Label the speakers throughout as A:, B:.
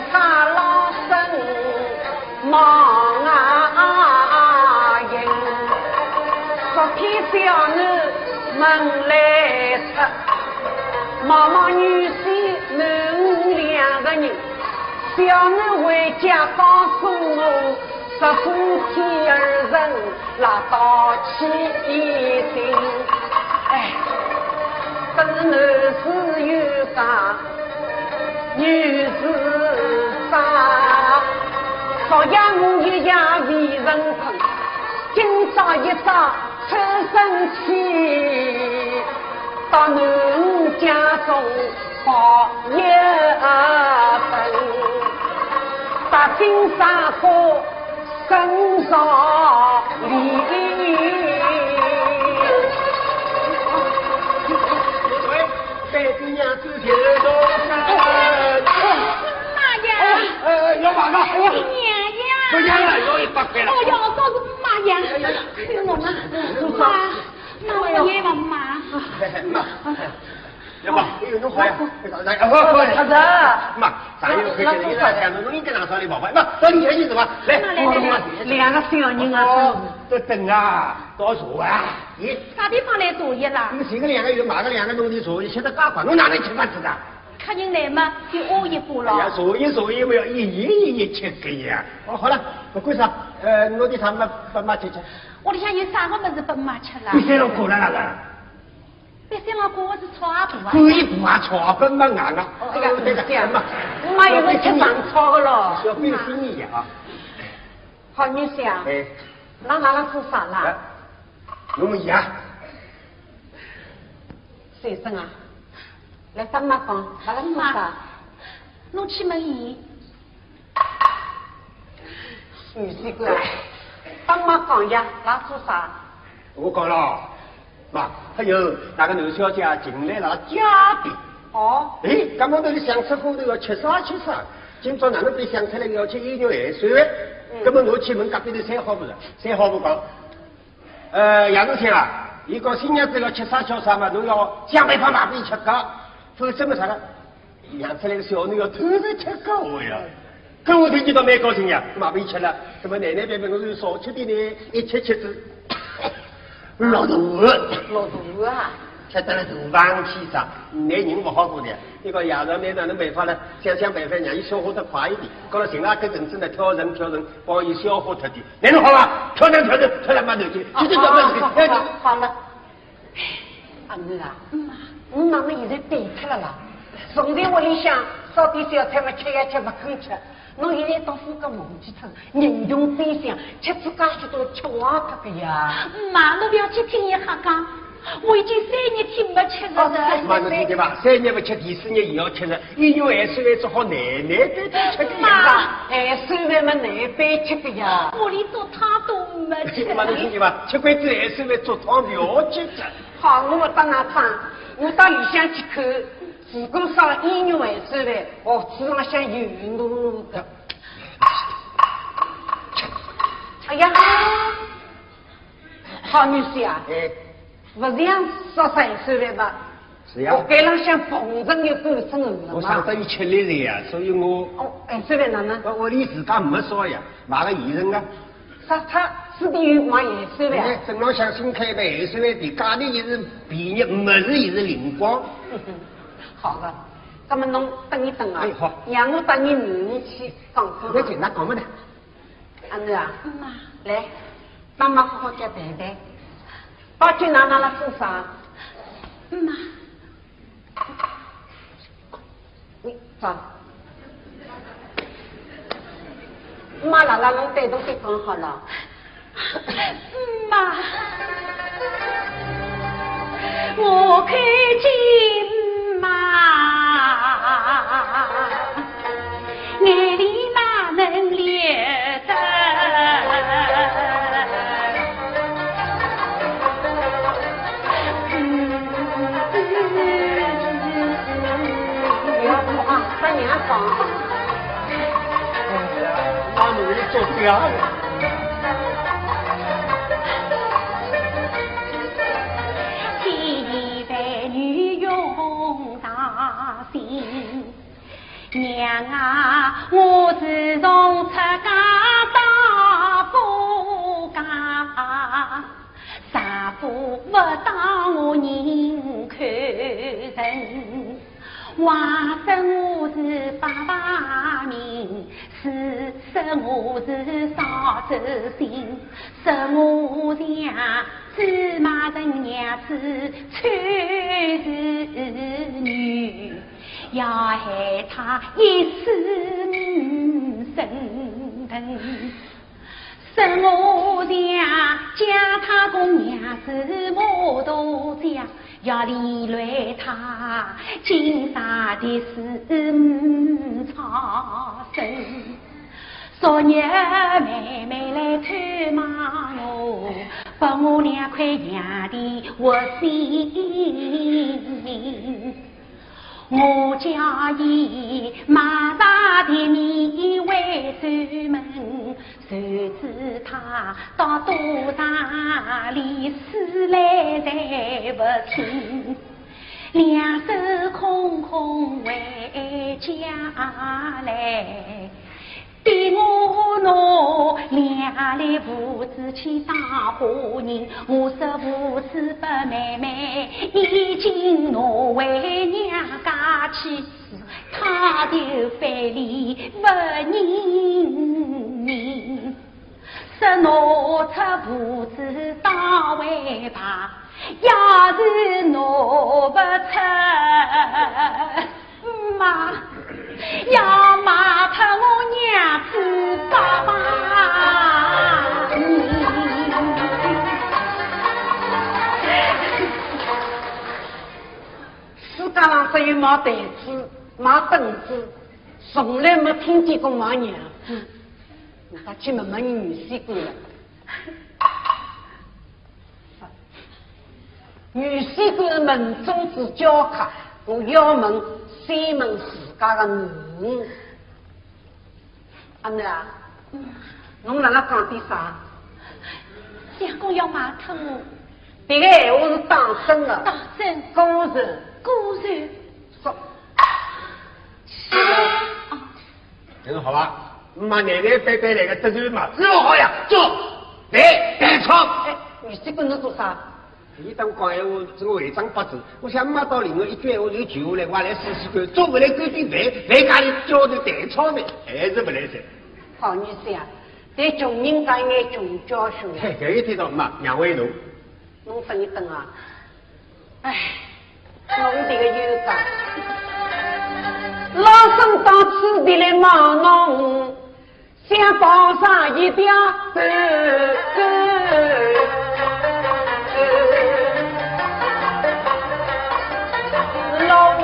A: 啊一表女门来出，妈妈女婿我两个人，表女回家告诉我，十分天儿人拉到起一心，哎，不是男子有家，女子傻，昨夜我一夜为人困。今朝一早出生气，到南家中报一份。把金沙哥身上里。
B: 喂，白姑娘子前头山。
C: 妈呀！
B: 呃，要马上。
C: 娘呀！
B: 不要了，要一百块了。
C: 我要告诉妈呀！看我们妈，妈我也问妈。
B: 妈，要不，弄好呀，哎，我我
A: 儿子，
B: 妈，咱又回去了，你来看，侬应该拿上来宝贝，妈，到你前去怎么？来，
A: 两个小人啊，
B: 哦，都等啊，倒数啊，咦，
C: 啥地方来作业啦
B: 你？们前个两个月，马个两个弄的作业，现在干管，侬哪能吃饭吃的？
C: 客人来嘛，就熬一把
B: 哎呀，
C: 了。
B: 所以所以我要一年一年吃个呀。哦，好了，不管啥，呃，我的产品不买吃吃。
C: 屋里向有啥个么子拨妈吃啦
B: 不？三弄过来了，
C: 别三老哥，我是炒阿婆啊。
B: 故意不啊炒，不买硬啊。
A: 哎呀，
B: 对
A: 这
B: 的
A: 样嘛
B: 嘛，，
A: 我妈有个吃芒草的咯。
B: 小贝是你呀？
A: 好，女婿啊，
B: 哎，
A: 那阿拉说啥啦？
B: 我们爷，
A: 先生啊，来帮妈讲，阿拉说啥？
C: 侬去问伊，
A: 女婿过来，帮妈讲呀，拉说啥？
B: 我讲了，妈，还有那个男小姐进来了嘉宾。
A: 哦，
B: 哎，刚刚头里想吃过头要吃啥吃啥，今朝哪能被想出来要吃烟肉咸水饭？那么我去问隔壁头三好不是？三好不讲，呃，杨志先啊，伊讲新娘子要吃啥吃啥嘛，侬要想办法买给伊吃个，否则么啥个，养出来个小囡要偷着吃个我呀。跟我听见倒蛮高兴呀，买给伊吃了，那么奶奶伯伯我就少吃点呢，一吃吃子，老大我。
A: 老杜啊，
B: 吃得了大房气啥，拿人不好过的。你讲夜长难哪能办法呢？想想办法让伊消化得快一点。搞了寻阿个绳子呢，挑绳挑绳，帮伊消化脱点。哪能好啊？挑绳挑绳，挑了蛮头去，
A: 好
B: 就就叫蛮
A: 好
B: 头
A: 好
B: 去。
A: 哦好了，哎阿女啊，
C: 妈，
A: 你哪能现在变脱了啦？从前屋里向烧点小菜嘛，吃呀啊吃不肯吃。侬现在到风格忘记脱，人穷悲伤，吃出介许多吃坏脱个呀。
C: 妈，侬不要去听伊瞎讲，我已经三日天没吃了的。
B: 妈，侬听见伐？三日不吃，第四日也要吃了。一牛还是还只好奶奶对对吃个
C: 妈
B: 呀。
A: 哎，虽然嘛难办吃个呀，
C: 屋里做汤都没吃。
B: 妈，侬听见伐？吃罐子还是来做汤苗吃着。
A: 好，我不当那汤，我到里向去看，如果烧烟肉还算嘞，哦，厨房向有路的。哎呀，好女婿啊，
B: 哎，
A: 不是样烧啥盐酸饭吧？
B: 是呀
A: 我盖浪向碰上有半身
B: 我
A: 牛了
B: 上
A: 嘛
B: 得。伊吃力了呀，啊所以我
A: 哦，盐酸饭哪能？
B: 我屋里自家没烧呀，买个现成的。
A: 杀他吃点油买盐酸
B: 现在
A: 饭。
B: 镇浪向新开一办后生来店，价钿也是便宜，么子也是灵光。
A: 好的，那么侬等一等啊
B: 嗯哎好，
A: 让我到你女儿去上课。
B: 那简单讲么呢？
A: 阿囡啊。
C: 妈，
A: 来，妈妈好好叫谈谈。包君拿拿了做啥？
C: 妈，
A: 你走。妈拉拉侬对侬对讲好了。
C: 妈，我看见妈，眼里哪能流得？嗯
A: 不要哭啊，把娘讲。
B: 妈努力做表了。
C: 千万女用大心，娘啊，我自从出嫁到夫家，丈夫不当我人看人，话说我是爸爸命，事实我是少走心，说我像芝麻人娘子，穿是女，要害他一世不生疼。生我家，家他公娘是马头家，要离乱他，今生的事唔操心。昨日妹妹来探望我，拨我两块洋钿活心。我家已马上的米回转门，谁知他到多上里思来才不听，两手空空回家来。对我侬两来父子去当花人，我说父子不妹妹，已经拿回娘家去世，他就反脸不认人。说拿出父子当为爸，要是拿不出妈。要骂他我娘子爸爸。
A: 世界上只有买台子、买凳子，从来没听见过买娘子。我他去问问女婿官了。女婿官的门中只教客，我要问三问自家的女。阿妹啊，侬辣辣讲点啥？
C: 相公要骂他我，
A: 迭个闲话是当真的，
C: 当真
A: 公然
C: 果然
A: 说。
C: 啊，
B: 这个好吧？妈奶奶白白来个得罪嘛，这个好呀，走，来来闯。
A: 哎，女婿官侬做啥？
B: 伊当讲闲话，这个违章八字，我想没到另外一句闲话就求下来，我也来试试看，做不来规定来来家里叫我的蛋炒呢，还哎是不来噻。
A: 好女婿啊，对穷人家眼穷教训啊，
B: 嘿，搿一天到妈让位侬，
A: 侬等一等啊。唉，那我这个有家，老生到此地来忙侬，想帮上一条狗狗。老哦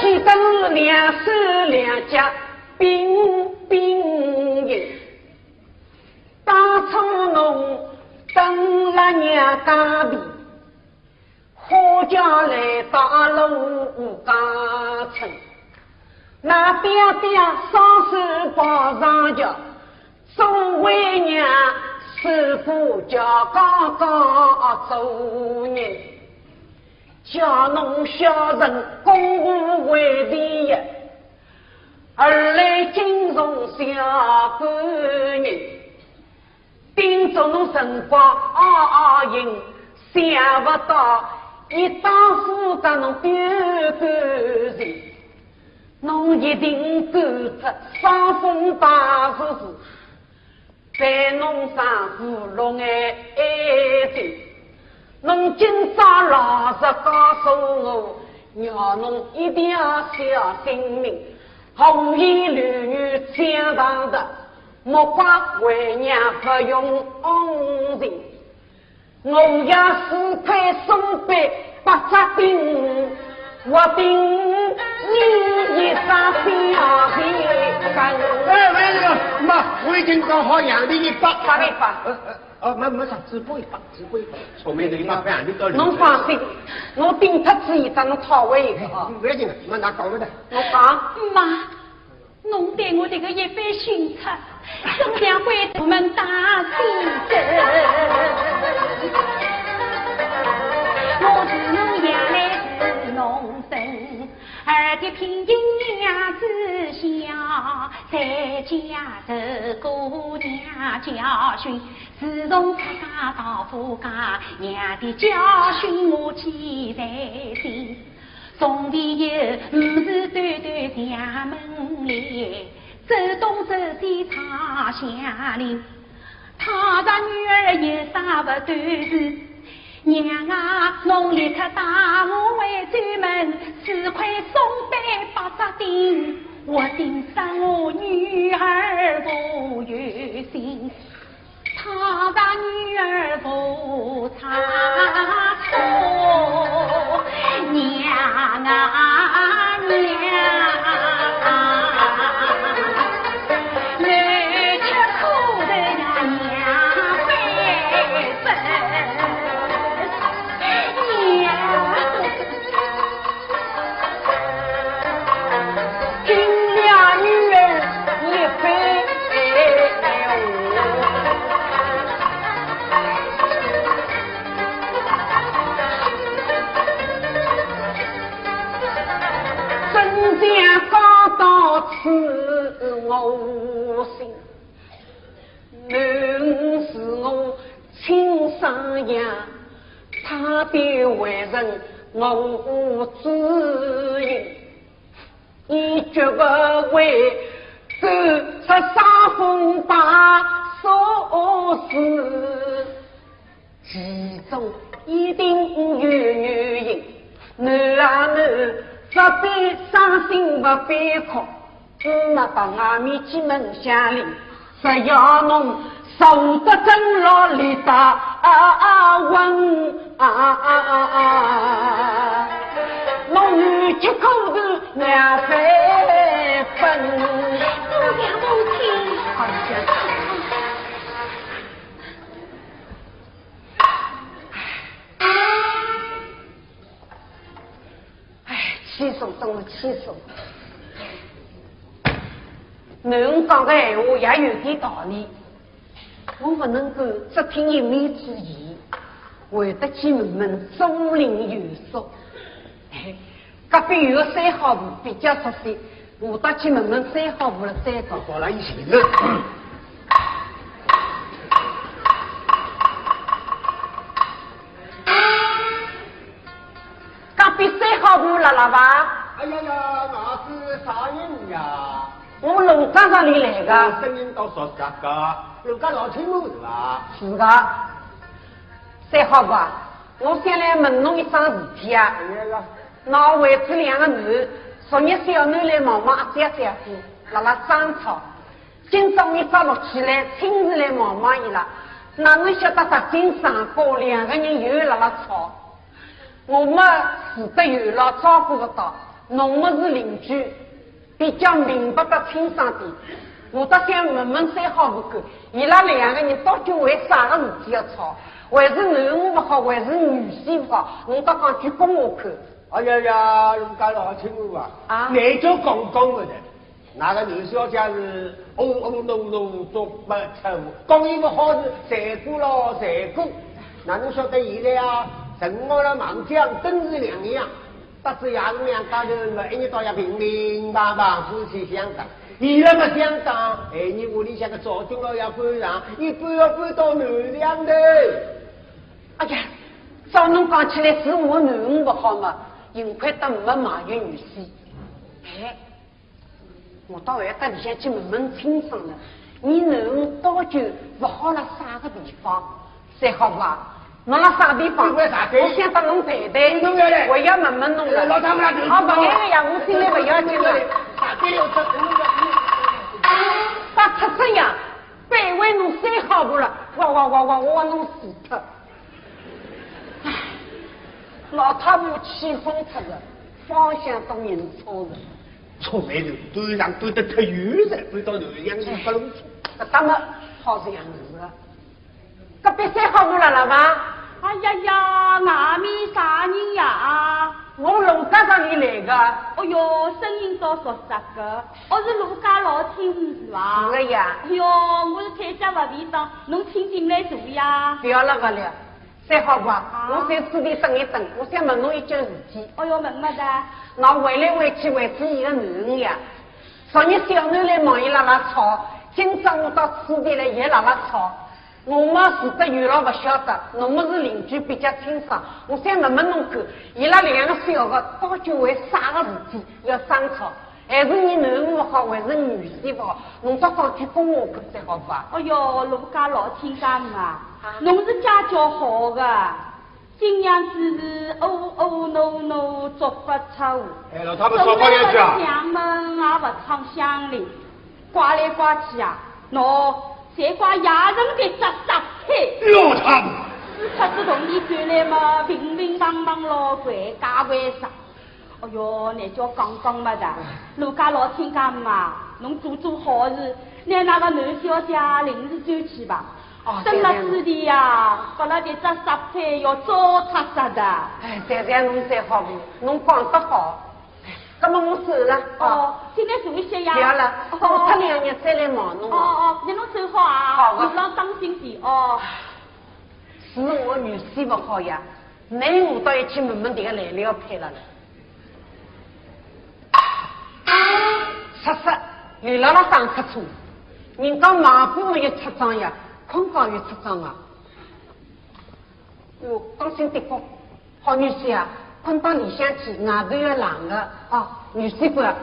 A: 气得两手两脚冰冰的。当初侬等了娘家皮，好叫来到了吴家村，那爹爹双手抱上轿，总为娘手把轿刚刚走人。叫侬小人公务为地呀，而来敬重小官人，盯着侬辰光嗷嗷应，想啊不到一当初给侬丢感情，侬一定赶着伤风大手术，在弄上五龙的爱情。侬今朝老实告诉我，要侬一定要小性命，红衣绿女天上的，莫怪为娘不用恩情。我要四块松柏八扎钉，我定你一张小皮
B: 哎
A: 根。
B: 哎那个妈，我已经搞好洋钿一百，
A: 八百八
B: 呃呃哦没没啥，只拨一百，只拨一百，草莓头一百块洋钿到
A: 侬放心，我顶特子一张，侬讨回一个啊！
B: 不要紧的，妈拿搞了的。
A: 我讲。
C: 妈，侬对我这个一番训斥，真想为我们打心折。我是听金娘子笑，在家受过娘教训。自从出嫁到夫家，娘的教训我记在心。从前有五是短短家门里，走东走西唱乡邻。他的女儿有啥不对事？娘啊，侬立刻带我回专门，只块松板八扎钉，我顶上我女儿不有心，他的女儿不差错，娘啊娘，难吃苦头呀娘翻身，娘。
A: 金两女儿一杯我。真相告到此我心，难是我亲生爷，差点为人我知影。你绝不会走出伤风把锁匙，其中一定有原因。男啊男，不必伤心，不必哭，只那到外面去门乡里，只要侬守得正牢里的啊啊稳啊啊啊啊！侬女吃苦头两三分，
C: 姑娘哎母亲，
A: 哎，气死真是气死我！侬讲的闲话也有点道理，我不能够只听一面之言，会得去问问钟灵有说。哎，隔壁有个三好户比较出色，我到去问问三好户了再讲。
B: 到了一起了。
A: 隔壁三好户辣辣伐？
B: 哎呀呀，我是啥人呀？
A: 我农场上里来的。
B: 声音倒说自家个，人家老听我是吧？
A: 是的，三好吧，啊我想来问侬一桩事体啊
B: 哎。呀呀，
A: 拿位置两个女，昨日小囡来忙忙阿姐姐夫，辣辣争吵。今朝一早录起来，亲自来忙忙伊拉。哪能晓得十斤上高，两个人又辣辣吵？我们住得远了，照顾不到，侬们是邻居，比较明白的清爽点。我倒想问问三好不够，伊拉两个人到底为啥个事体要吵？还是男我不好，还是女婿不好？侬倒讲句公我看。
B: 哎呀呀，人家老听我啊。
A: 啊
B: 你就讲讲个的，那个女小姐是哦哦弄弄做不出，讲一个好事，谁过了谁过，哪能晓得现在啊？陈我了忙将真是两样，不是也是两家头嘛，一年到夜平平淡淡夫妻相当。伊拉个相当，哎，你屋里向个早进了要搬上，一搬要搬到南梁头。
A: 哎呀，照侬讲起来是我囡恩不好嘛，幸亏得没埋怨女婿。哎，我到还到里向去问问清爽了，你囡恩多久不好了啥个地方？三好吧？侬辣啥地方？
B: 你为啥子
A: 我想帮侬谈谈。
B: 侬要来
A: 我要问问侬了。
B: 老丈母娘就是
A: 好，不哎呀，我心里不要紧了。
B: 啥对了，这我
A: 把出这样，百万侬三好不了，哇哇哇哇，我把侬死脱。唉，老太婆气疯脱了，方向都认错了。
B: 错没头，端上端得太远了，端到南阳去不弄错。
A: 搿搭么好是样子的，隔壁三好不了了吧？
C: 哎呀呀，外面啥人呀？
A: 我龙岗上里来的，
C: 哦哟，声音倒熟悉个，哦是陆家老啊听是伐？
A: 是的呀
C: 哎哟，我是太家勿便当，侬请进来坐呀。
A: 不要了不了。三好瓜，我在此地等一等，我想问侬一件事体。
C: 哎哟，问么的？哎
A: 那回来回去回去一个囡恩呀，昨日小囡来忙伊拉拉吵，今朝我到此地来也拉拉吵。我嘛住得远了，不晓得，侬们是邻居，比较清爽。我想问问侬哥，伊拉两个小个到底为啥个事体要争吵？还是你囡恩不好，还是你女婿不好？侬到早去跟我看才好吧？
C: 哎哟，卢家老天干嘛
A: 啊？
C: 侬是家教好的，新娘子是哦哦 no no 做不出。
B: 哎，老太婆少讲两句
C: 总归
B: 啊！
C: 娘们也不唱乡里，刮来刮去啊，喏，侪刮野人的杂杂配。
B: 老太婆，
C: 是出子同你转来嘛，平平当当老怪家为啥？哎哟，那叫讲讲么的，人家老听讲嘛，侬做做好事，拿那个男小姐临时转去吧
A: 哦。
C: 生了
A: 对对
C: 子的呀，把那点只杀配要糟蹋死的。
A: 哎，站站侬再好不？侬讲得好。那么我走了。
C: 哦，，今天做一些呀。
A: 不要了，
C: 哦
A: 等他两日再来忙
C: 哦
A: 侬哦。
C: 哦，那侬走好啊
A: 好，的
C: 你不要当心点哦。
A: 是我女婿不啊好呀，没我到一起慢慢迭个来了要配了了。出事，刘姥姥上客车，人家忙不没有出账呀，空岗有出账啊。哟，当心点过，好女婿啊，困到里向去，外头要冷的哦，女婿官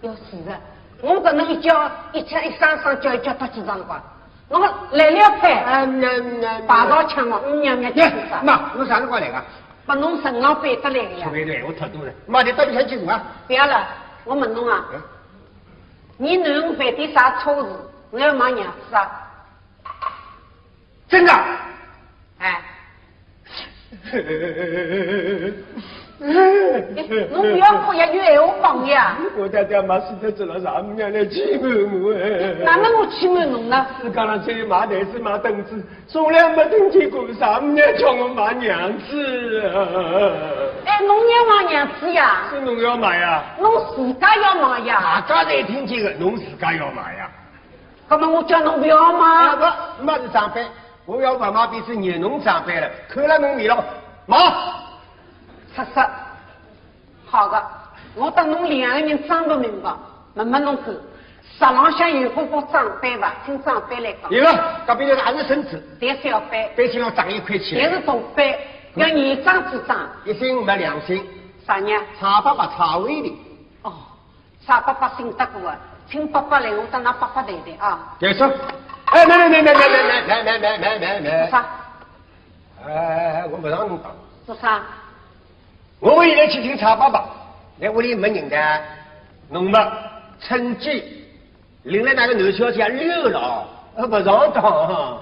A: 要死的。我搿能一叫一枪一声声叫一叫到几辰光，我们来了配。
B: 啊那那
A: 大刀枪哦，你娘娘
B: 耶
A: 去啥，？
B: 妈，侬哎啥辰光来个？
A: 把侬陈老板得来个呀
B: 小！妹对，我太多了。妈，你到底想去哪啊？
A: 不要了，我问侬啊，
B: 嗯
A: 你囡恩犯点啥错事？侬要骂娘子啊？
B: 真 的？
A: 哎，哎侬不要哭呀，有闲话讲呀。
B: 我爹爹妈死掉走了，丈母娘来欺负我哎
A: 哪能我欺瞒侬呢？
B: 是讲了只有买台子买凳子，从来没听见过丈母娘叫我买娘子啊！
A: 哎，侬要骂娘子呀？
B: 是侬要买呀？
A: 侬自家要骂呀？
B: 家侪听见的，侬自家要买啊呀？
A: 那么我叫侬不要
B: 啊
A: 骂。
B: 不，妈是上班，我要爸妈变成让侬上班了，看了侬面了，妈，
A: 出色，好的，我等侬两个人争不明白，问问侬看，石浪向有过过长辈伐？听长辈来讲，
B: 有了，隔壁头还是孙子，
A: 但小辈，
B: 担心了长一块
A: 但
B: 钱，
A: 是总辈，要严章主张，
B: 一心没良心，
A: 啥呢？
B: 差爸爸差胃里。
A: 哦，傻爸爸信得过啊，请爸爸来，我等㑚爸爸谈谈啊。
B: 结束。哎，来来来来来来来来来来来
A: 做
B: 来，
A: 啥？
B: 哎哎哎，我不让侬讲。
A: 做啥？
B: 我现在去听查爸爸，来屋里没人的，侬嘛趁机领了那个男小姐溜了，呃，不让讲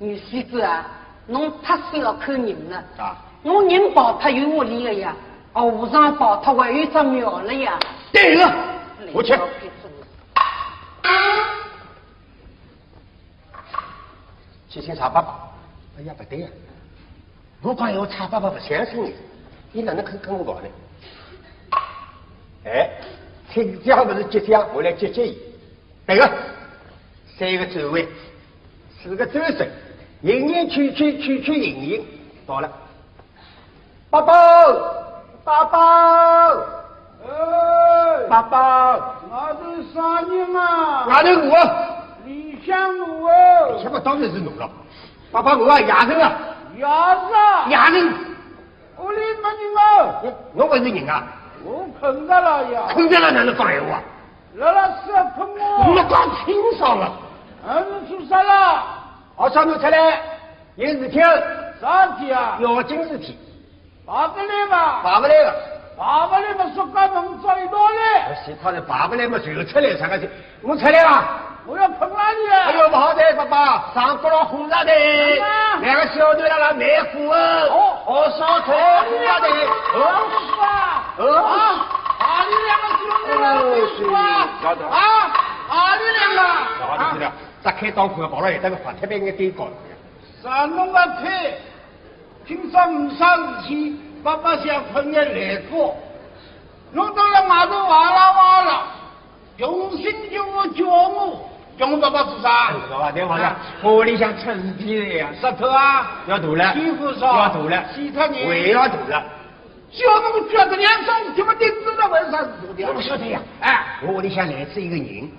A: 女婿子啊，侬太小看人了。
B: 啊。
A: 我人跑脱有屋里个呀，哦，和尚跑脱还有只庙了呀。
B: 对了，我去。去听查爸爸。哎呀，不对呀、我讲要查爸爸不相信你，你哪能肯跟我跑呢？哎，这样不是接这样，我来接接伊。对个，三个走位，四个周身，迎迎去去去去迎迎，到了。爸爸，爸爸，
D: 哎，
B: 爸爸，
D: 我是啥人啊？
B: 外头我，
D: 李香武哦，
B: 什么当然是侬了。爸爸，我啊，牙人啊，
D: 牙子，
B: 牙人，
D: 屋里没人哦，
B: 哎侬不是人啊？
D: 我碰到了呀，
B: 困在了哪能讲闲话？
D: 老老实实碰
B: 我
D: 我，
B: 们讲清爽了。
D: 还是做啥啦？
B: 我叫侬出来，有事体，
D: 啥事体啊？
B: 要紧事体，
D: 爬不来吧？
B: 爬不来的。
D: 爬不来嘛，说干能找一道来，
B: 其哎他人爬不来嘛，就出来啥个事？我出来了。
D: 我要碰哪里
B: 哎
D: 啊？
B: 呦，不好的，爸爸，上过了轰炸的，
D: 哎
B: 两个小队让他卖火，哦，烧头
D: 哎
B: 轰炸的，
D: 老
B: 哦，
D: 鼠啊！啊！啊，你两个兄弟老
B: 哦
D: 鼠啊！啊！啊，你两个
B: 好
D: 啊
B: 的，！只开当火跑了，有那个发特别眼对高了。
D: 山东个菜，今朝五啥事体，爸爸想分眼来过。侬到了外头哇啦哇啦，用心叫我叫我，叫我爸爸做啥？
B: 知道吧？对哎好了，哦我屋里向出事体了呀，
D: 石头啊，
B: 要大了，
D: 欺负少，
B: 要大了，
D: 其他人
B: 胃要大了，
D: 叫侬觉得两桩事体嘛，对知道为啥事大
B: 我不
D: 的？
B: 晓得呀。
D: 哎，
B: 哦我屋里向来自一个人，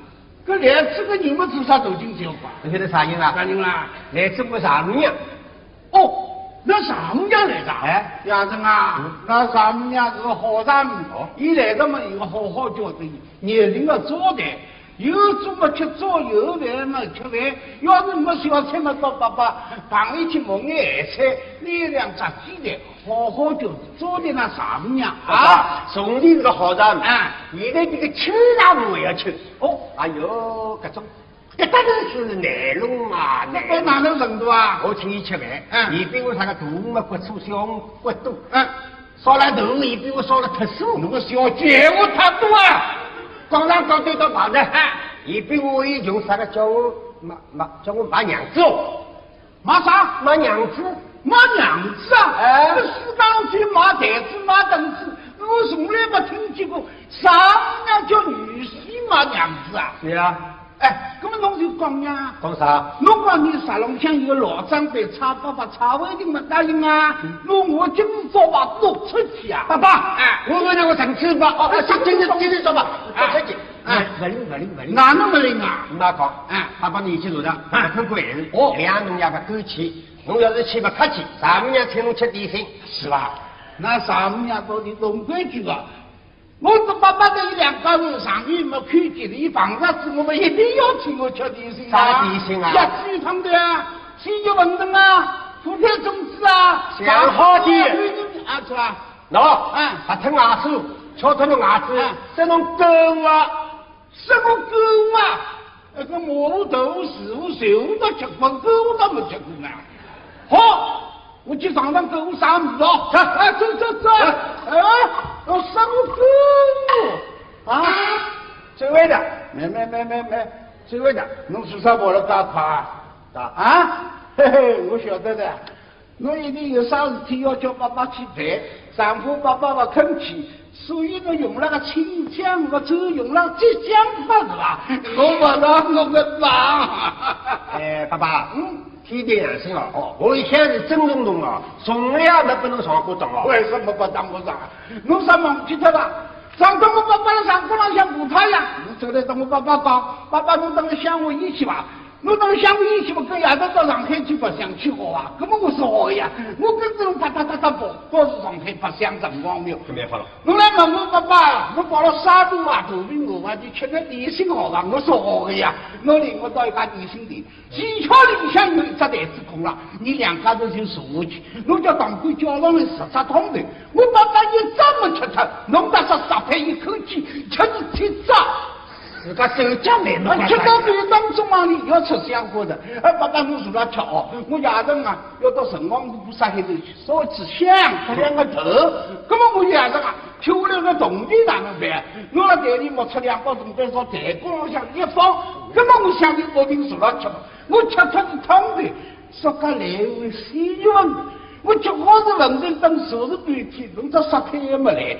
D: 搿来这个人嘛，做啥走进酒吧？
B: 你晓得啥人啊？
D: 啥人啦？
B: 来自我丈母娘，
D: 哦，那丈母娘来着？
B: 哎
D: 杨生啊，那丈母娘是个好丈母，伊来了嘛，有好好交代你年龄的招待。有做么吃粥，有饭么吃饭。要是没小菜么，到爸爸旁里去摸眼咸菜，拿两只鸡蛋，好好就招待那丈母娘啊。
B: 啊，从前是个好丈母，
D: 哎
B: 现在这个亲丈母也要亲。哦，哎呦，搿种，搿当然是难弄嘛，
D: 那
B: 难
D: 到哪
B: 弄。
D: 能程度啊？
B: 我请伊吃饭，
D: 嗯
B: 伊比我啥个大鱼嘛，骨粗小鱼骨多。
D: 嗯，
B: 烧了大鱼，伊比我烧了特殊。
D: 侬个小姐，我太多啊！
B: 讲上讲对到旁的
D: 哎，
B: 伊比我以穷啥个叫我买买叫我买娘子哦，
D: 马啥？
B: 买娘子。
D: 买娘子啊！
B: 哎
D: 这四当去买台子、买凳子，我从来没听见过啥人叫女婿买娘子啊！
B: 对啊，
D: 哎，那么侬就讲呀，
B: 讲啥？
D: 侬讲你石龙乡有个老长辈差爸爸差位定不答应啊？那我今朝把弄出去啊！
B: 爸爸，
D: 哎
B: 我问你我上次吧，哦，今今天今天说吧，
D: 哎
B: 不客气，
D: 哎
B: 哎，不灵不灵不灵。
D: 哪能不灵啊？
B: 那讲，
D: 哎
B: 爸爸年纪大了，
D: 哎
B: 不肯过闲事，
D: 哦
B: 两侬也不够去，侬要是去不客气，丈母娘请侬吃点心，是吧？
D: 那丈母娘到底懂规矩啊？我这爸爸这一两家人上面没看见你房子子，我们一定要请我吃点心
B: 啥点心啊
D: 要鸡汤的啊，鲜肉馄饨啊，腐菜粽子啊，
B: 想好的
D: 啊，是吧？
B: 喏，
D: 嗯
B: 拔脱牙齿，敲脱侬牙齿
D: 嗯，
B: 这侬够啊！
D: 什么狗啊？那个马路头是我谁都吃过，狗都没吃过啊！好，我去尝尝狗啥味道。哎，走走走，哎，我什么狗啊？
B: 最会的，
D: 没没没没没，最会的，侬做啥跑了大快啊？啊？嘿嘿，我晓得的，侬一定有啥事体要叫爸爸去办，丈夫爸爸不肯去，所以侬用那个清江不走，用那个浙江话是吧？我不让我个爸。
B: 哎，爸爸，
D: 嗯，
B: 天地良心哦，哦我一向是尊重侬哦，从来没拨侬上过当哦。
D: 为什么不当我上？侬啥忘记脱了？上到我爸爸的上过浪向补他呀！侬走来跟我爸爸讲，爸爸侬等了乡下一去吧。侬等了乡下一去吧，搿夜到到上海去白相去好啊！搿么我说好呀，我跟着侬哒哒哒哒跑，到处上海白相辰光没有。
B: 搿蛮好了。
D: 侬来问我爸爸，侬跑到山东啊、肚皮牛啊，去吃个点心好伐？我说好个呀。我领我到一家点心店，技巧里向有一只台子空了，你两家头就坐下去。侬叫堂倌叫上来十只汤头，我爸爸一只没吃脱，侬把这十块一口气吃了七只。
B: 自家手脚慢侬
D: 啊，吃到饭当中啊，你要吃香火的。哎，爸爸，侬坐那吃哦。我夜顿啊，要到辰光铺上海头去烧纸香，磕两个头。那么我夜顿啊，吃下来个铜钿哪能办？我那袋里冒出两包铜钿，朝台锅浪向一放。那么我想就报定坐那吃嘛，我吃出是汤头，说个来回鲜肉问。我吃好是馄饨，等坐了半天，侬这杀开也没来。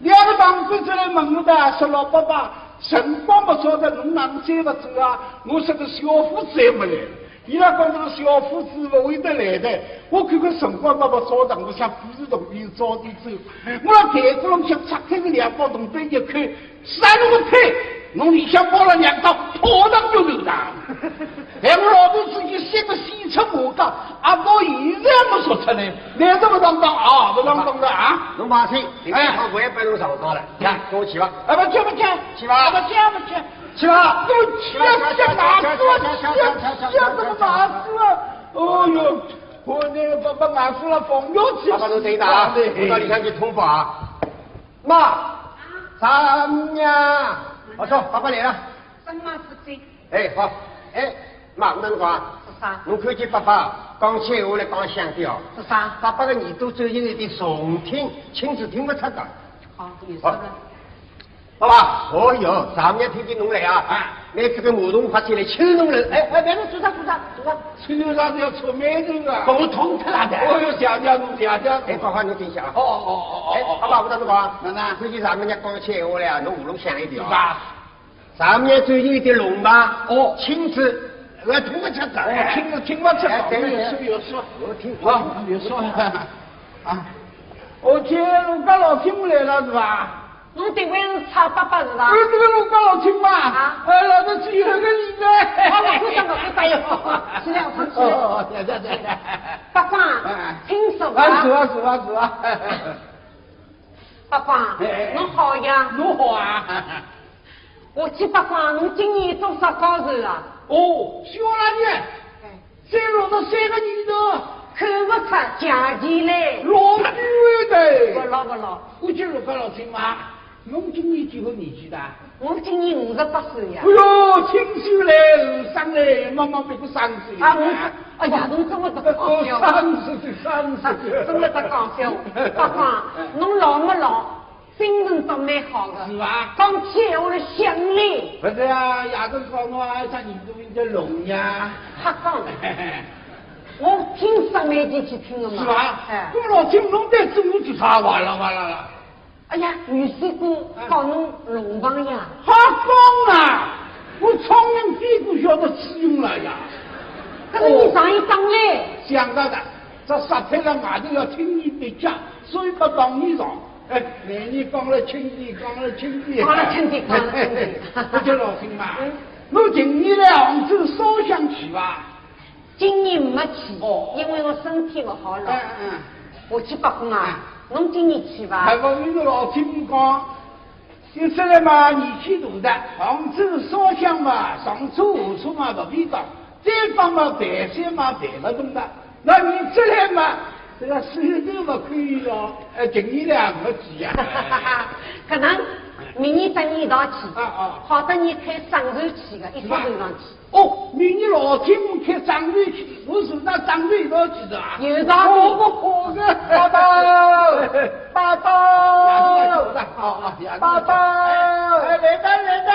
D: 两个堂倌出来问我的，说老伯伯，辰光不早的，侬哪能再不走啊？我说个小伙子还没来。伊拉讲这个小伙子不会得来的，我看看辰光爸爸早上，我想故事同边早点走。我那台鼓浪向拆开个两包铜板一看，啥都没开，侬里向包了两刀，跑上就流浪。哎，我老头子一三个西出马家，啊，到现在还没说出来，难道不当当啊？不当当的啊？
B: 侬放心，
D: 哎
B: 哎，我也拨侬上当了。呀，跟我去吧。
D: 啊，不去不去，
B: 去吧
D: 啊不去不去，
B: 去吧
D: 都去了，这哪子啊？这这么哪子啊？哦哟，我那个爸爸俺输了，哎冯牛去。
B: 爸爸侬等一等啊，我到里向去通报啊。妈，丈母娘，我说爸爸来了。
A: 什么事情？
B: 哎，好，哎，妈，我跟侬讲啊，
A: 是啥？
B: 侬看见爸爸讲起话来讲响点哦。
A: 是啥？
B: 爸爸的耳朵最近有点重听，亲自听不出的。
A: 好，
D: 啊
A: 有什么？
B: 爸爸，哦哟，丈母娘听见侬来啊，拿这个马桶发起来抽侬了，哎哎，别侬做啥做啥做啥，
D: 穿上要臭美人啊！
B: 把我痛脱了的。
D: 哦哟，谢谢侬，谢谢
B: 哎，
D: 侬。
B: 好好，侬听一下啊。
D: 哦哦哦
B: 哎
D: 哦，
B: 爸
D: 哦，
B: 爸，我跟侬讲啊，
D: 哪能
B: 最近丈母娘讲起闲话来啊，侬喉咙响一点啊。
D: 是吧？
B: 上面最有一点龙吧？
D: 哦
B: 青子，我通过吃长。
D: 哎，听着听不出
B: 哎
D: 来，
B: 对
D: 有说有说，
B: 我听我
D: 好
B: 听
D: 有说啊。我今我家老听不来了是吧？
A: 侬对位是差八八是吧
D: 我？这个我刚好听嘛，
A: 啊
D: 哎，老子只有一个礼拜。
A: 好了，不讲了，不讲了，去了，去了。
D: 哦，对对对。
A: 八卦
D: 哎，
A: 听说
D: 啊，是
A: 吧？
D: 啊是啊是啊。
A: 八卦
D: 哎哎，哎
A: 侬好呀！
D: 侬好啊。
A: 我去八卦，侬今年多少高寿啊？
D: 哦，小老弟，再落了三个女的，
A: 看不出假期嘞，
D: 老久
A: 不
D: 的。
A: 老不老，
D: 我今我刚好听嘛，侬今年几个年纪的？哎
A: 我今年五十八岁啊呀。
D: 哟，哎青秀嘞，后生嘞，妈妈别个生子
A: 啊，我，哎呀，侬真的是搞
D: 哦，
A: 笑，
D: 三十岁，三
A: 啊
D: 十岁，
A: 真的是搞笑。八卦，侬老没老，精神倒蛮好的。
D: 是吧？
A: 讲起闲话来想你，
D: 不是啊，夜头讲我啊，啥人都变成聋呀，
A: 瞎讲。我听上面就去听的嘛，
D: 是吧？
A: 哎
D: 那，么老听侬在做我就啥哇啦哇啦啦，
A: 哎呀，女师哥告侬龙房呀，
D: 瞎讲啊！我聪明屁股晓得使用了呀，哦
A: 可是你上一档嘞，
D: 想到的，这杀退了外头要听你的讲，所以不当你上。哎，男人讲了轻点，讲了轻点，
A: 讲了轻点讲了轻点
D: 不就老听嘛
A: 嗯？
D: 我今年来杭州烧香去吧。
A: 今年没去，
D: 哦
A: 因为我身体不好
D: 嗯
A: 了，
D: 嗯。
A: 我去北宫
D: 哎
A: 啊，侬今年去
D: 还
A: 吧，
D: 不你是老听讲，有出来嘛，年纪大的，杭州烧香嘛，上车下车嘛不便当，再帮嘛办事嘛办不动的。那你出来嘛，这个手头不可以了，哎，今年来我急
A: 哈哈
D: 啊
A: 哈， 可能明年跟你一道去
D: 啊啊，
A: 好的你开上头去的，一
D: 是
A: 早
D: 吧
A: 头上去，
D: 哦，明年老天开长队去，我是那长队一道去的啊。
A: 有道理
D: 我 不可的，
A: 爸爸
D: 爸
A: 爸
D: 爸，好好，
A: 哦爸爸
D: 哎，来的来的，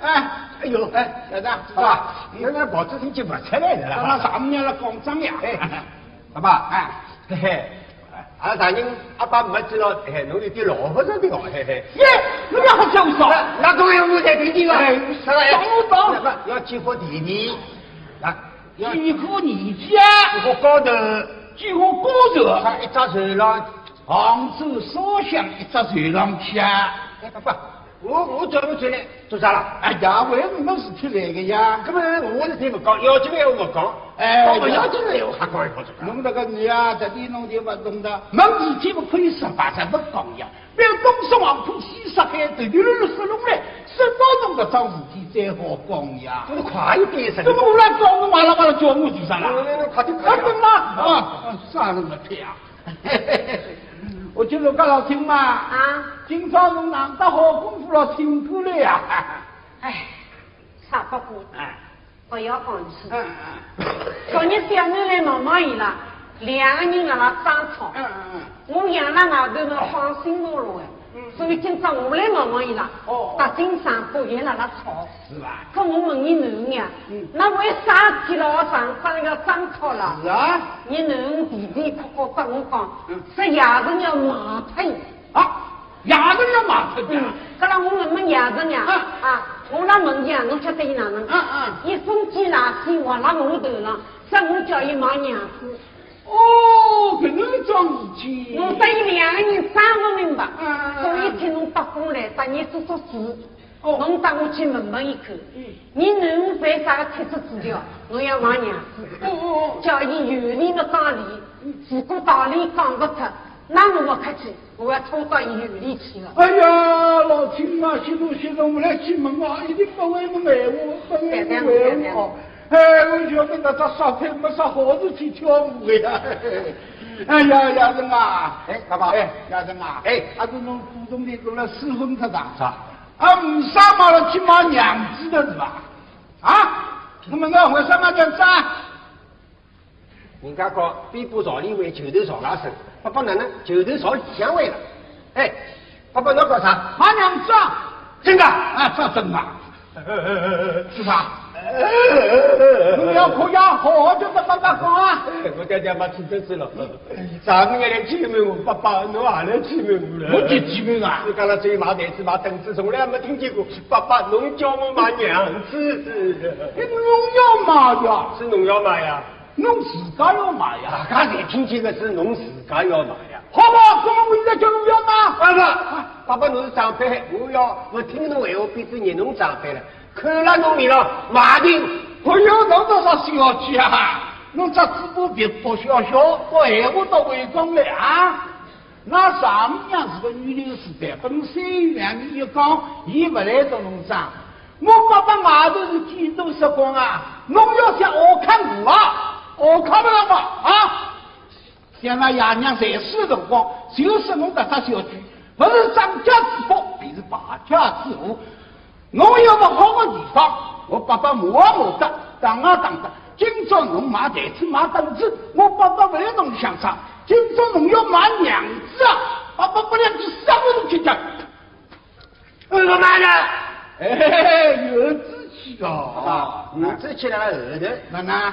D: 哎，哎呦，哎，小张，是
A: 啊
D: 吧？
B: 爸，那那报纸已经不出来了
D: 咱
B: 啦
D: 们。上面了广场呀，
B: 哎，爸爸，哎，嘿嘿，阿拉大人阿爸没知道，嘿，侬有点老不着调，嘿嘿。
D: 耶，你们好叫
A: 哎
D: 少，
B: 那当然我在弟弟了，
D: 懂不懂？
B: 啊要记好弟弟，啊，要
A: 哎
D: 几个年纪啊，
B: 我高头，
D: 几个高头，
B: 他一只船浪。
D: 杭州烧香一只船上去啊。
B: 哎，爸爸，我我叫侬出来做啥啦？
D: 哎呀，我也没事体来个呀。
B: 根本我是听不讲，要紧的闲话勿讲，
D: 哎
B: 讲不要紧的闲话还讲一口子。
D: 侬那个女啊，这点侬就不懂的，没事体不可以十八十不讲呀。不要东说黄浦西说海，头头路说弄来，说到侬搿桩事体再好讲呀。
B: 我快一点，神
D: 这么我来讲，侬哇啦哇啦叫我做啥啦？
B: 快点
D: 啊
B: 快，点
D: 怎么？啊，啥都没听啊。 我今朝讲老听嘛，
A: 啊，
D: 今朝侬难得好功夫了，听过来呀。
A: 哎，差不多，
D: 哎，
A: 不要讲去。
D: 嗯
A: 昨日小囡来闹闹伊拉，两个人在那争吵
D: 嗯。嗯
A: 我养了外头嘛放心不落哎，所以今朝我来问问伊拉
D: 哦，
A: 搭金上不也辣辣吵。
D: 嗯，是吧？
A: 可我问伊囡恩呀
D: 嗯，
A: 那为啥事体老上上要争吵了
D: 是？啊。
A: 伊囡恩弟弟哭哭跟我讲
D: 嗯，
A: 说爷神要骂他伊。
D: 啊，夜头要买出去
A: 嗯，搿拉我问问爷神呀，
D: 嗯
A: 啊，我那问伊呀，侬晓得伊哪能？
D: 嗯嗯
A: 伊风机垃圾滑辣我头上，说我叫伊骂娘子。
D: 哦，搿能桩事体。
A: 我得伊两个人啥不明白
D: 嗯嗯，嗯
A: 所以听侬八公来，搭你做做事。
D: 哦
A: 侬带我去问问伊看
D: 嗯，
A: 你囡恩犯啥个体质指条，我要骂娘子，
D: 哦哦
A: 叫伊有理没讲理，如果道理讲不出，那我不客气，我要拖到医院里去了
D: 哦。。哎呀，老天啊，谢侬谢侬，我来去问哦，一定不会问闲话，不会问闲话哦。哎，我晓得那只烧菜没啥好事体跳舞的呀。哎呀，亚人啊！
B: 嗯哎爸爸
D: 哎，亚人啊！
B: 哎
D: 阿是侬股东的过来私分他啥？啥？啊，唔啥嘛了去买娘子的是吧？啊，我们个为啥嘛这样子啊？
B: 人家讲边坡朝里位，球头朝外伸。爸爸哪能球头朝里向位了？哎，爸爸侬搞啥？
D: 马娘啊，
B: 真的？
D: 啊，这真的，是吧？
B: 哎哎哎哎哎
D: 侬要要可以好好就这么讲啊！
B: 我爹爹妈听真是了，咱们眼里见面我爸爸，侬也来见面我了。
D: 我几几名啊
B: 你？讲了只有买台子、买凳子，从来没听见过。爸爸，侬叫我买娘子，
D: 侬要买呀，
B: 是侬要买呀？
D: 侬自家要买呀
B: 大，家侪听见的是侬自家要买呀。
D: 好吧？那么我现在叫侬要买，
B: 爸爸，爸爸，侬是长辈，我要不听侬闲话，变成惹侬长辈了。看了侬面上，马定。
D: 我要侬到啥新要去啊？侬只嘴巴别薄小小，到闲话到围攻来啊！那丈母娘是个女流时代，本身两年一讲，伊不来做农庄。我爸爸外头是见多识广啊，侬要想好看我啊，好看不了嘛啊！像那爷娘在世的辰光，就是侬搿只小区，不是张家之福，便是败家之福。侬要不好个地方，我爸爸磨啊磨得，打啊打得。今朝侬买台子买凳子，我爸爸不来同你相商。今朝侬要买娘子啊，爸爸不来你啥物事去讲。
B: 我说妈呢？
D: 哎，有志气
B: 啊
D: 哦，，
B: 你只去了后头。
D: 哪能？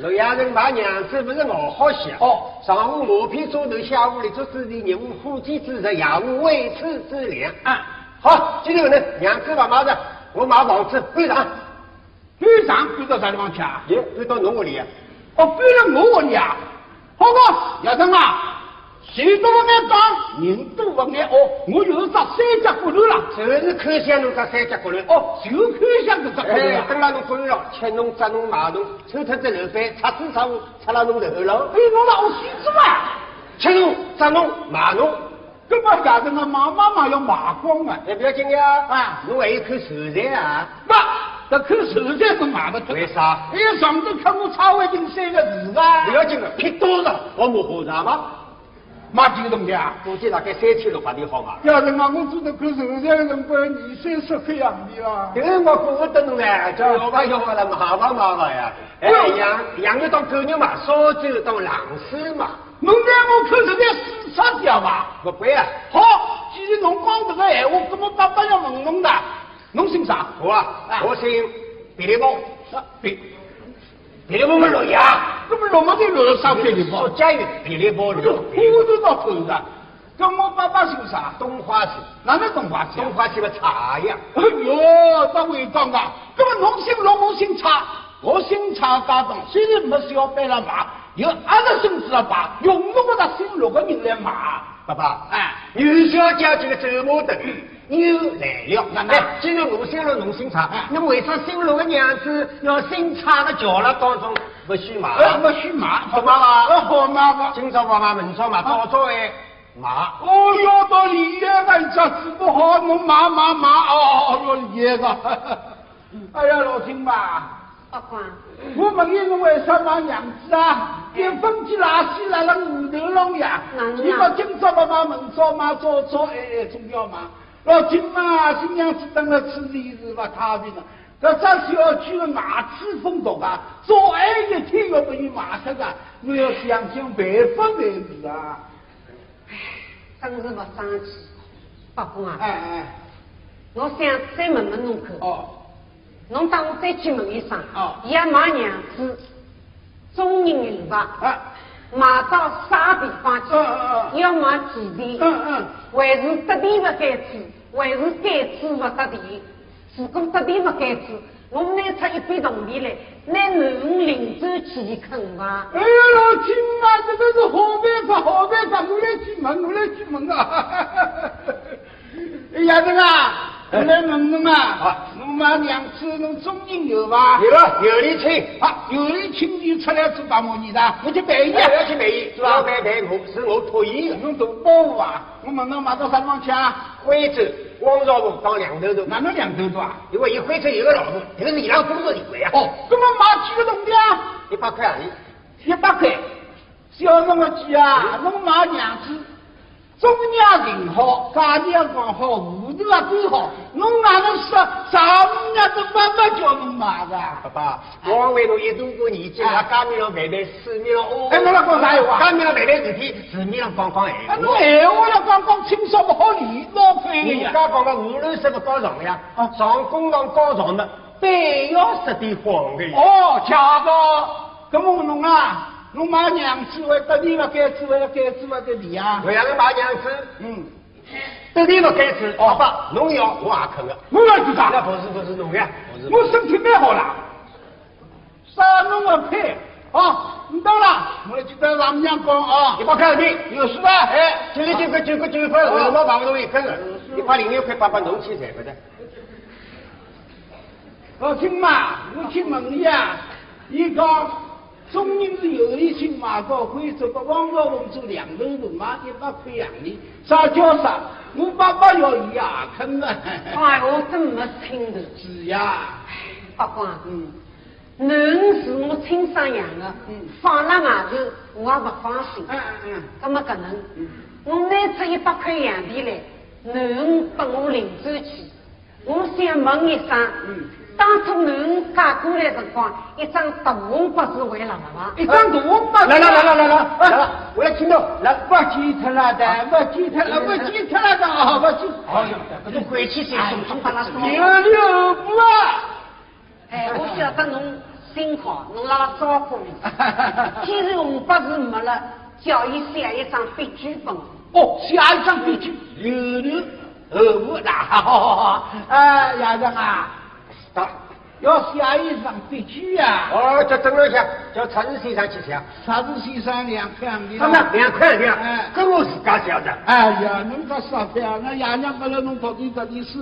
B: 陆亚人买娘子不是我好想
D: 哦
B: 上午磨片做头，下午立足之地，日午火鸡之日，夜午喂猪之粮。
D: 啊，
B: 好，今天我呢，娘子不买的，我买房子搬上，
D: 班长搬到啥地方去啊？
B: 也搬到侬屋里啊。
D: 哦，搬了我屋里啊！好个，亚生啊，谁都不眼讲，人都不眼哦。我有一张三角骨头了，
B: 就是看向侬这三角骨头。
D: 啊哦，就看向这只骨头
B: 哎，
D: 了。
B: 等了侬滚了，吃侬、扎侬、买侬，抽脱只楼板，擦子擦我，擦了侬头了
D: 哎，，侬那我孙子嘛，
B: 吃侬、扎侬、买侬，
D: 根本亚生啊，妈妈嘛要卖光啊！
B: 也不要紧的啊。
D: 啊
B: 侬还有口愁善啊？
D: 不，这口手菜都卖不脱。
B: 为啥
D: 哎呀，上头看我差外进三个字啊
B: 不！要紧的，拼多少我没火上嘛。
D: 卖几个东西啊？
B: 估计大概三千六百钿好嘛。
D: 亚生啊，我做头看手菜的辰光，二三十块洋钿啦。
B: 这个我顾不得侬呢，叫老板要不了，麻烦麻烦呀。哎，羊羊肉当狗肉嘛，烧酒当冷水嘛，
D: 侬拿我口手菜四杀掉伐？
B: 不贵啊。
D: 好，既然侬讲这个闲话，那么爸爸要问侬的，侬姓啥？
B: 我啊
D: 啊，
B: 我姓别立峰，
D: 啊对，
B: 别立峰么老爷，
D: 那么老妈在楼上别地
B: 我
D: 方，
B: 家有别立峰，
D: 我都到头的。跟我爸爸姓啥？
B: 东花市，
D: 哪能懂话
B: 东花市个茶呀。
D: 哎哟，当会讲啊！那么侬姓龙，我姓蔡，我姓蔡家当，虽然没小班了买，有阿拉孙子了买，用侬搿个姓陆个人来买。
B: 爸爸，
D: 哎
B: 牛小姐这个走马灯又来了。
D: 哪能
B: 哎，今日我新郎侬姓差
D: 哎，
B: 那么为啥新郎的娘子要姓差的桥了当中不许买？
D: 呃，不许买，
B: 好嘛嘛
D: 呃，好嘛嘛。
B: 今朝爸爸，明朝嘛，早早哎买。
D: 哦哟，到厉害个，人家治不好，侬买买买哦哟，厉害个！哎呀，老金嘛，
A: 阿啊光，
D: 我问你，侬为啥买娘子啊？电风机垃圾辣辣五头浪呀
A: 哪！能啊
D: 你到今朝不买，明朝买，早早晚晚总哎要买。老金嘛，新娘子等了此地是不太平了。搿只小区的外资风毒啊，早晚一天要被你买脱个，侬要啊想想办法才是啊！
A: 真是不争气。阿公
D: 哎
A: 啊，
D: 哎，
A: 我想再问问侬看，
D: 哦。
A: 侬当我再去问一声
D: 哦，
A: 伊也买娘子，中人的路伐？
D: 啊，
A: 买到啥地方
D: 嗯嗯
A: 去？
D: 嗯
A: 要买几
D: 嗯
A: 地？
D: 嗯，
A: 还是得地不该知，还是该知不得地。如果得地不该知，我拿出一笔铜钱来，拿囡恩领走去肯伐？
D: 哎呀，老金啊，这个是好办法，好办法，我来去问，我来去问啊！ 哎呀，这个啊，我来问问啊
B: 啊，
D: 侬妈娘子，侬中人有伐？
B: 有了，有理请。
D: 啊，有人请你出来做白毛你的，我去办
B: 你
D: 一
B: 不
D: 下。
B: 要去买伊，
D: 是
B: 是
D: 吧
B: 吧？买买我是我托伊的。
D: 侬大包袱啊，我问侬买到啥地方去啊？
B: 徽州、汪兆凤当两头头，
D: 哪能两头多啊？
B: 因为伊徽州有个老婆，这个是伊拉工作地位啊。
D: 哦，，那么买几个铜的啊？
B: 一百块洋钿，
D: 一百块，小辰光记啊，侬买娘子，中央挺好，价钿也讲好，糊涂也最好，侬哪能说丈母娘都白白叫侬买的？
B: 爸爸，我为侬一度过年节，
D: 哎
B: 拉家面上买买，市面上哦。
D: 哎侬辣讲啥闲话
B: 家面上买买事体，市面上讲哎讲闲话。
D: 啊，侬闲话要讲讲清爽不好理，老亏
B: 人
D: 呀
B: 家！讲了，五楼是不高尚的呀
D: 啊，
B: 上公堂高尚的，非要识点黄的。
D: 哦，假的，咁么侬啊，侬买娘子会得你勿该子会该子会得你啊
B: 我？要是买娘子，
D: 嗯，
B: 得你不该吃，好吧？侬要我也肯的。
D: 我要做
B: 哦那
D: 啥？
B: 不是不是侬的，不
D: 我身体蛮好啦，啥侬勿配啊？你到了，我来去跟丈母娘讲啊
B: 你。不看你，
D: 有事吧？
B: 哎，九十九块九块九块，我老房东一根了，一块零六块八八，侬去赚不得。
D: 我听嘛，我去问伊啊，伊讲中人是有理性嘛，高可以走到汪兆龙做两头路嘛，一百块洋钿，啥叫啥？我爸爸要伊啊，肯啊，
A: 哎，我真没听头。
D: 是呀，
A: 阿光，
D: 嗯，
A: 囡儿是我亲生养的，放辣外头我也不放心。
D: 嗯嗯
A: 那么搿能，我拿出一百块洋钿来，囡儿拨我领走去。我想问一声，当初囡儿嫁过来辰光，一张大红八字还辣勿伐？
D: 嗯，一张大红包，
B: 来来来来来来来了，我来听到来。
D: 不记脱了的，不记脱了，不记脱了的啊，不记。
B: 哎呀，搿种鬼气神送送巴拉送。
D: 有六步啊！
A: 哎，我晓得侬心好，侬辣辣照顾我。既然红八字没了，叫伊写一张笔记本。
D: 哦，下一张必须有六后步啦！哎，亚当啊。
B: 打。
D: 要写一张笔记啊！
B: 哦，叫等了一下，叫财政先生去写。
D: 啥子先生两块洋钿
B: 他们两块两
D: 哎，
B: 跟我自家讲的。
D: 哎呀，侬讲啥的啊？那爷娘把了侬到底到底是？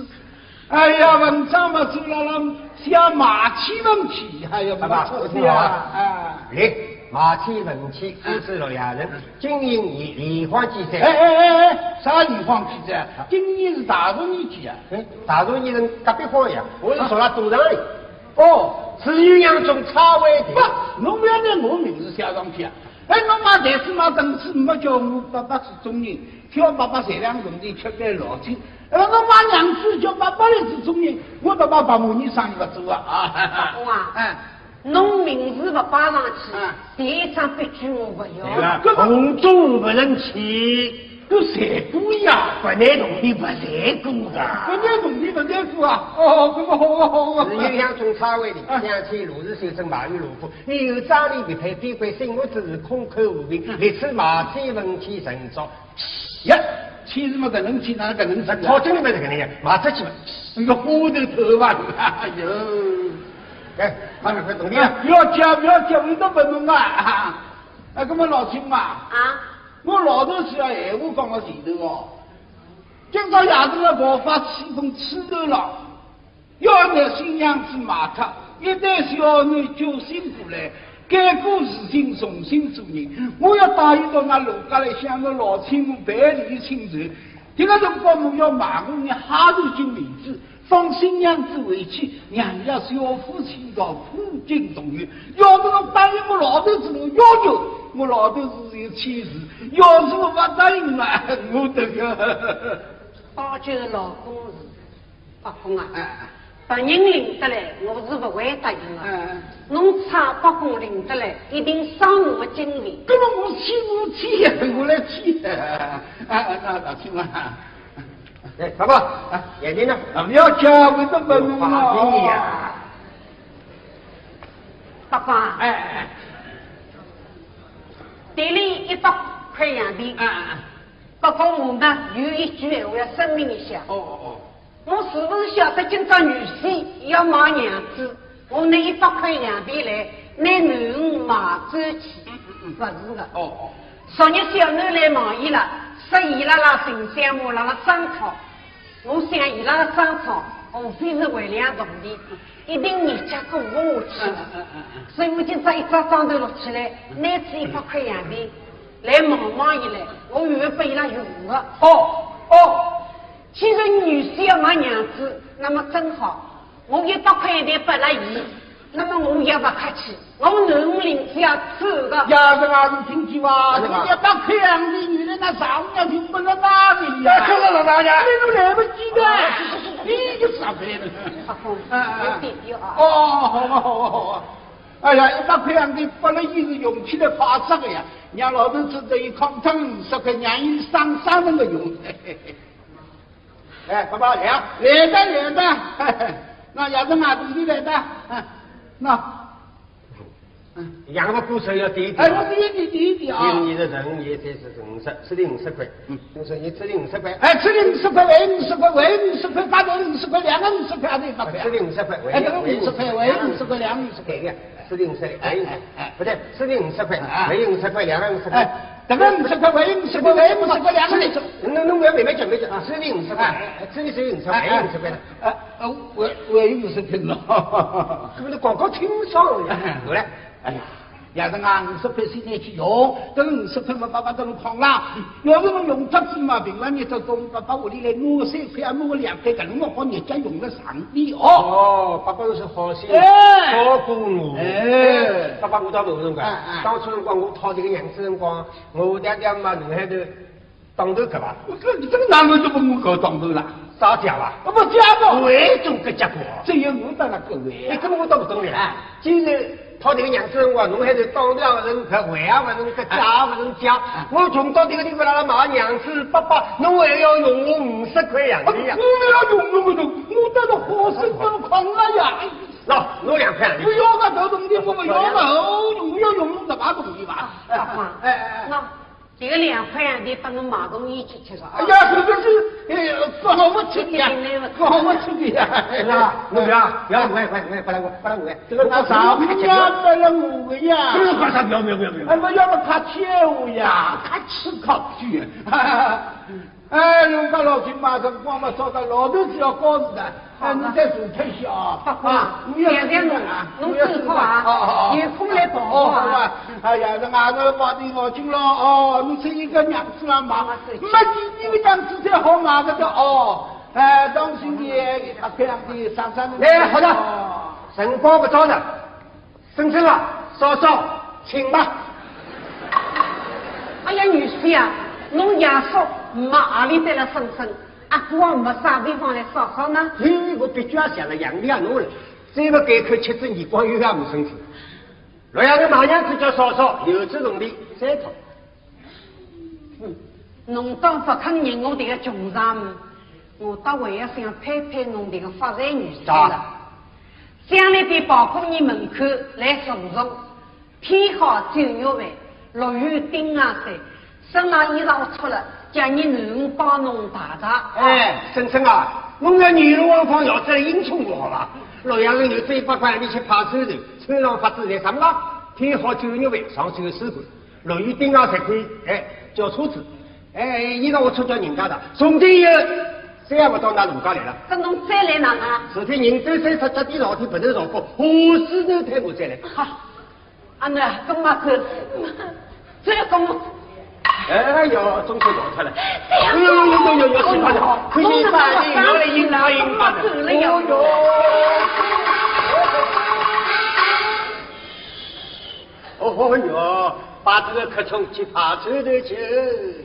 D: 哎呀，文章嘛做了了，像马起问题，哎呀，
B: 爸爸，
D: 我
B: 我
D: 出
B: 听
D: 事
B: 好
D: 啊！
B: 啊
D: 哎，
B: 来，马妻文妻夫妻六两人，经营梨梨花鸡
D: 哎
B: 山。
D: 哎哎哎，啥地方去的？今年是大同年纪啊！
B: 哎，大陆艺人隔壁方呀，我是从那赌场里，
D: 哦，
B: 子女养中差外地。
D: 不，侬不要拿我名字写上去啊！哎，侬买台子买凳子，没叫我爸爸是中人，叫爸爸善良从弟吃点老酒。哎，侬买娘子叫爸爸来是中人，我爸爸把母女生意不做啊！
A: 阿公啊
D: 哎，
A: 侬名字勿摆上
D: 嗯
A: 去，第一张笔记我勿要。
B: 对吧红中不能去，
D: 搿谁故意啊？
B: 不拿农民不财过
D: 搿
B: 的。
D: 眼农民勿在乎啊！哦，搿个好啊好啊！
B: 子女养中差外地，乡亲如是修正马玉如夫，你有张力匹配，边关心我只是空口无凭。历次马妻文妻神作，
D: 呀，天是没搿能天，哪能搿能
B: 那
D: 天
B: 草真的没这个人呀，马出去吧。
D: 那个花头头发，哎呦！
B: 哎，马玉快懂
D: 不
B: 的啊。
D: 要讲，不要讲，我都不弄啊！啊，搿么老亲嘛，
A: 啊，
D: 我老头是要闲话讲到前头哦。今朝夜头个爆发气氛吹头了，要拿新娘子卖脱，一对小囡救醒过来，改过自新，重新做人。我要带伊到那老家来，向个老亲母赔礼请仇。这个辰光我要买我娘哈头金面子，放新娘子回去，让人家小夫妻到普京动员。要是我答应我老头子我要求，我老头子有妻子；要是我不答应嘛，我这个。
A: 包就是老公是阿公啊。
D: 哎
A: 别人领得来，我是不会答应的。
D: 嗯，
A: 侬差把我领得来，一定伤我的精力。
D: 搿么我去我去，我来去。啊啊，那老亲啊，
B: 哎，爸爸，啊眼睛呢？
D: 不要叫我都不弄
B: 法
D: 了。
B: 医呀！
A: 八卦，
D: 哎哎
A: 对里一百块洋币
D: 哎，哎，
A: 不过我呢有一句闲话要声明一下，
D: 哦哦
A: 我是不是晓得今朝女婿要买娘子，我拿一百块洋币来拿囡儿买走去，不是的
D: 哦。哦
A: 昨日小囡来问伊拉，说伊拉拉寻山姆辣辣争吵，我想伊拉的争吵无非是为两铜钿，一定你家跟我下去
D: 嗯嗯嗯嗯
A: 所以我今朝一早早头落起来，拿起一百块洋钿来望望伊来，我以为拨伊拉用的。
D: 哦哦，
A: 既然女婿要买娘子，那么真好，我一百块一钿拨了伊，那么我也不客气，我囡领子要走的。
D: 呀，这个你听见伐？你一百块洋钿，女的那丈母娘听不到哪里呀？你都来不及的，你就啥办呢？
A: 阿公，
D: 啊啊啊
A: 我弟弟啊
D: 哦，。好啊，好啊，好啊！哎呀，一百块洋钿拨了伊是用起来怕着个呀，让老头子得伊抗争五十块，让伊生生那个用。
B: 哎，爸爸来啊！
D: 来的来的， 那要是外地的来的， 嗯，那，嗯，
B: 羊肉骨头要点一
D: 哎，
B: 点
D: 我
B: 啊。
D: 第一点，第一点啊，
B: 一是人，一才是五十，吃的五十块。嗯，我说你吃的五十块，哎，
D: 哎，这里五十块，喂五十块，喂五十块，八头五十块，两个五十块，还得八块，
B: 吃的五十块，
D: 哎，这个五十块，喂五十块，两个五十块
B: 对，的，吃的五十块，哎哎，不对，吃的五十块，没五十块，两个五十块。
D: 哎，这个五十块，喂五十块，喂五十块，两个五十块。
B: 那那我要慢慢讲，慢慢讲啊，吃的五十
D: 哎
B: 块，吃的只有五十块，没五十块了。
D: 啊啊，我我也有生病了。
B: 可不是广告听上了，我来，
D: 哎呀，要是俺五十块现在去用，等五十块我爸爸都能空啦。要是我用得起嘛，平常你都从爸爸屋里来拿三块，拿啊我两块，搿能我好日家用得上点哦。
B: 哦，爸爸是好心，照顾我。
D: 哎
B: 爸爸我到头辰光
D: 哎哎，
B: 当初辰光我讨这个娘子辰光，我爹爹嘛，侬还头当头搿伐？
D: 我这这个哪能就把我搞当头啦？
B: 啥讲伐？
D: 我哦不加
B: 我
D: 到，
B: 也啊中搿结果。
D: 只有我当了各位
B: 哎，。搿么我倒不懂了。今日讨这个娘子辰光，侬还是当头也勿成，搿回也勿成，搿家也勿成家。我穷到这个地方来买娘子，爸爸，侬还要用我五十块洋
D: 我
B: 钿呀？
D: 要用那么多，我当了好生当空了哎呀。哎
B: 喏，侬两块洋钿
D: 不。要个头同的，我不要个头，我要用十八铜的吧？
A: 哎爸爸，
B: 哎哎哎
A: 那这个两块洋钿把我买个一起吃了啊
D: 哎！呀，这个是哎，搞不出的呀，搞不出的呀，
B: 是啊 吧？我不要，
D: 啊
B: 不要五块，快快，不来我，不来我，这个拿啥？
D: 啥
B: 不
D: 不要得了我的呀？
B: 管啥，不要不要不要不
D: 哎，我要不他欠我呀，他吃烤去。哎，人家老金马上光嘛烧到老头子要高子的，哎，你再多退些啊！
A: 爸爸，两天侬侬走好啊，有空来抱抱
D: 哦，好
A: 啊
D: 吧。，哎呀，这外头跑的老金了哦，你是一个娘子了嘛？没你你娘子才好嘛，这个哦，哎，当心的，他这样的上山的。
B: 哎，好的，辰光不早了，婶婶啊，嫂嫂，请吧。
A: 哎呀，女婿呀，侬爷说没阿里得了婶婶，阿哥我没啥地方来烧烧呢？
B: 嘿，嗯我别家想了，养的也弄了，再不改口吃只耳光又也没身体。洛阳的马娘子叫嫂嫂，有这种的三套。
A: 侬当不肯认我这个穷丈母，我倒还要想拍拍侬这个发财女婿了。
B: 啊
A: 将来在宝姑娘门口来送送，偏好九月份落雨顶上晒，身上衣裳湿了，叫你囡恩帮侬汏汏。
B: 哎，婶婶啊，我们女人往方要这应冲我好吧？洛阳人有这一百块，你去派出所，村上发子在什么啦？啊天好九月份上九水馆，落雨顶上才可以，哎，叫车子，哎，衣裳我出叫人家的，从今以后再也不到那农家来了。
A: 这侬再来啊哪能？
B: 昨天人都三十几天老天不能饶过，何时能抬我再来？
A: 好，阿囡啊，跟妈走，这个公，
B: 哎呦，中秋老太了！
A: 这样
B: 哎呦呦呦呦呦，喜欢的好，可以把
A: 我
B: 你拿来赢拿赢吧
A: 走了呀。
B: 哦哟，把这个可冲去爬车头去。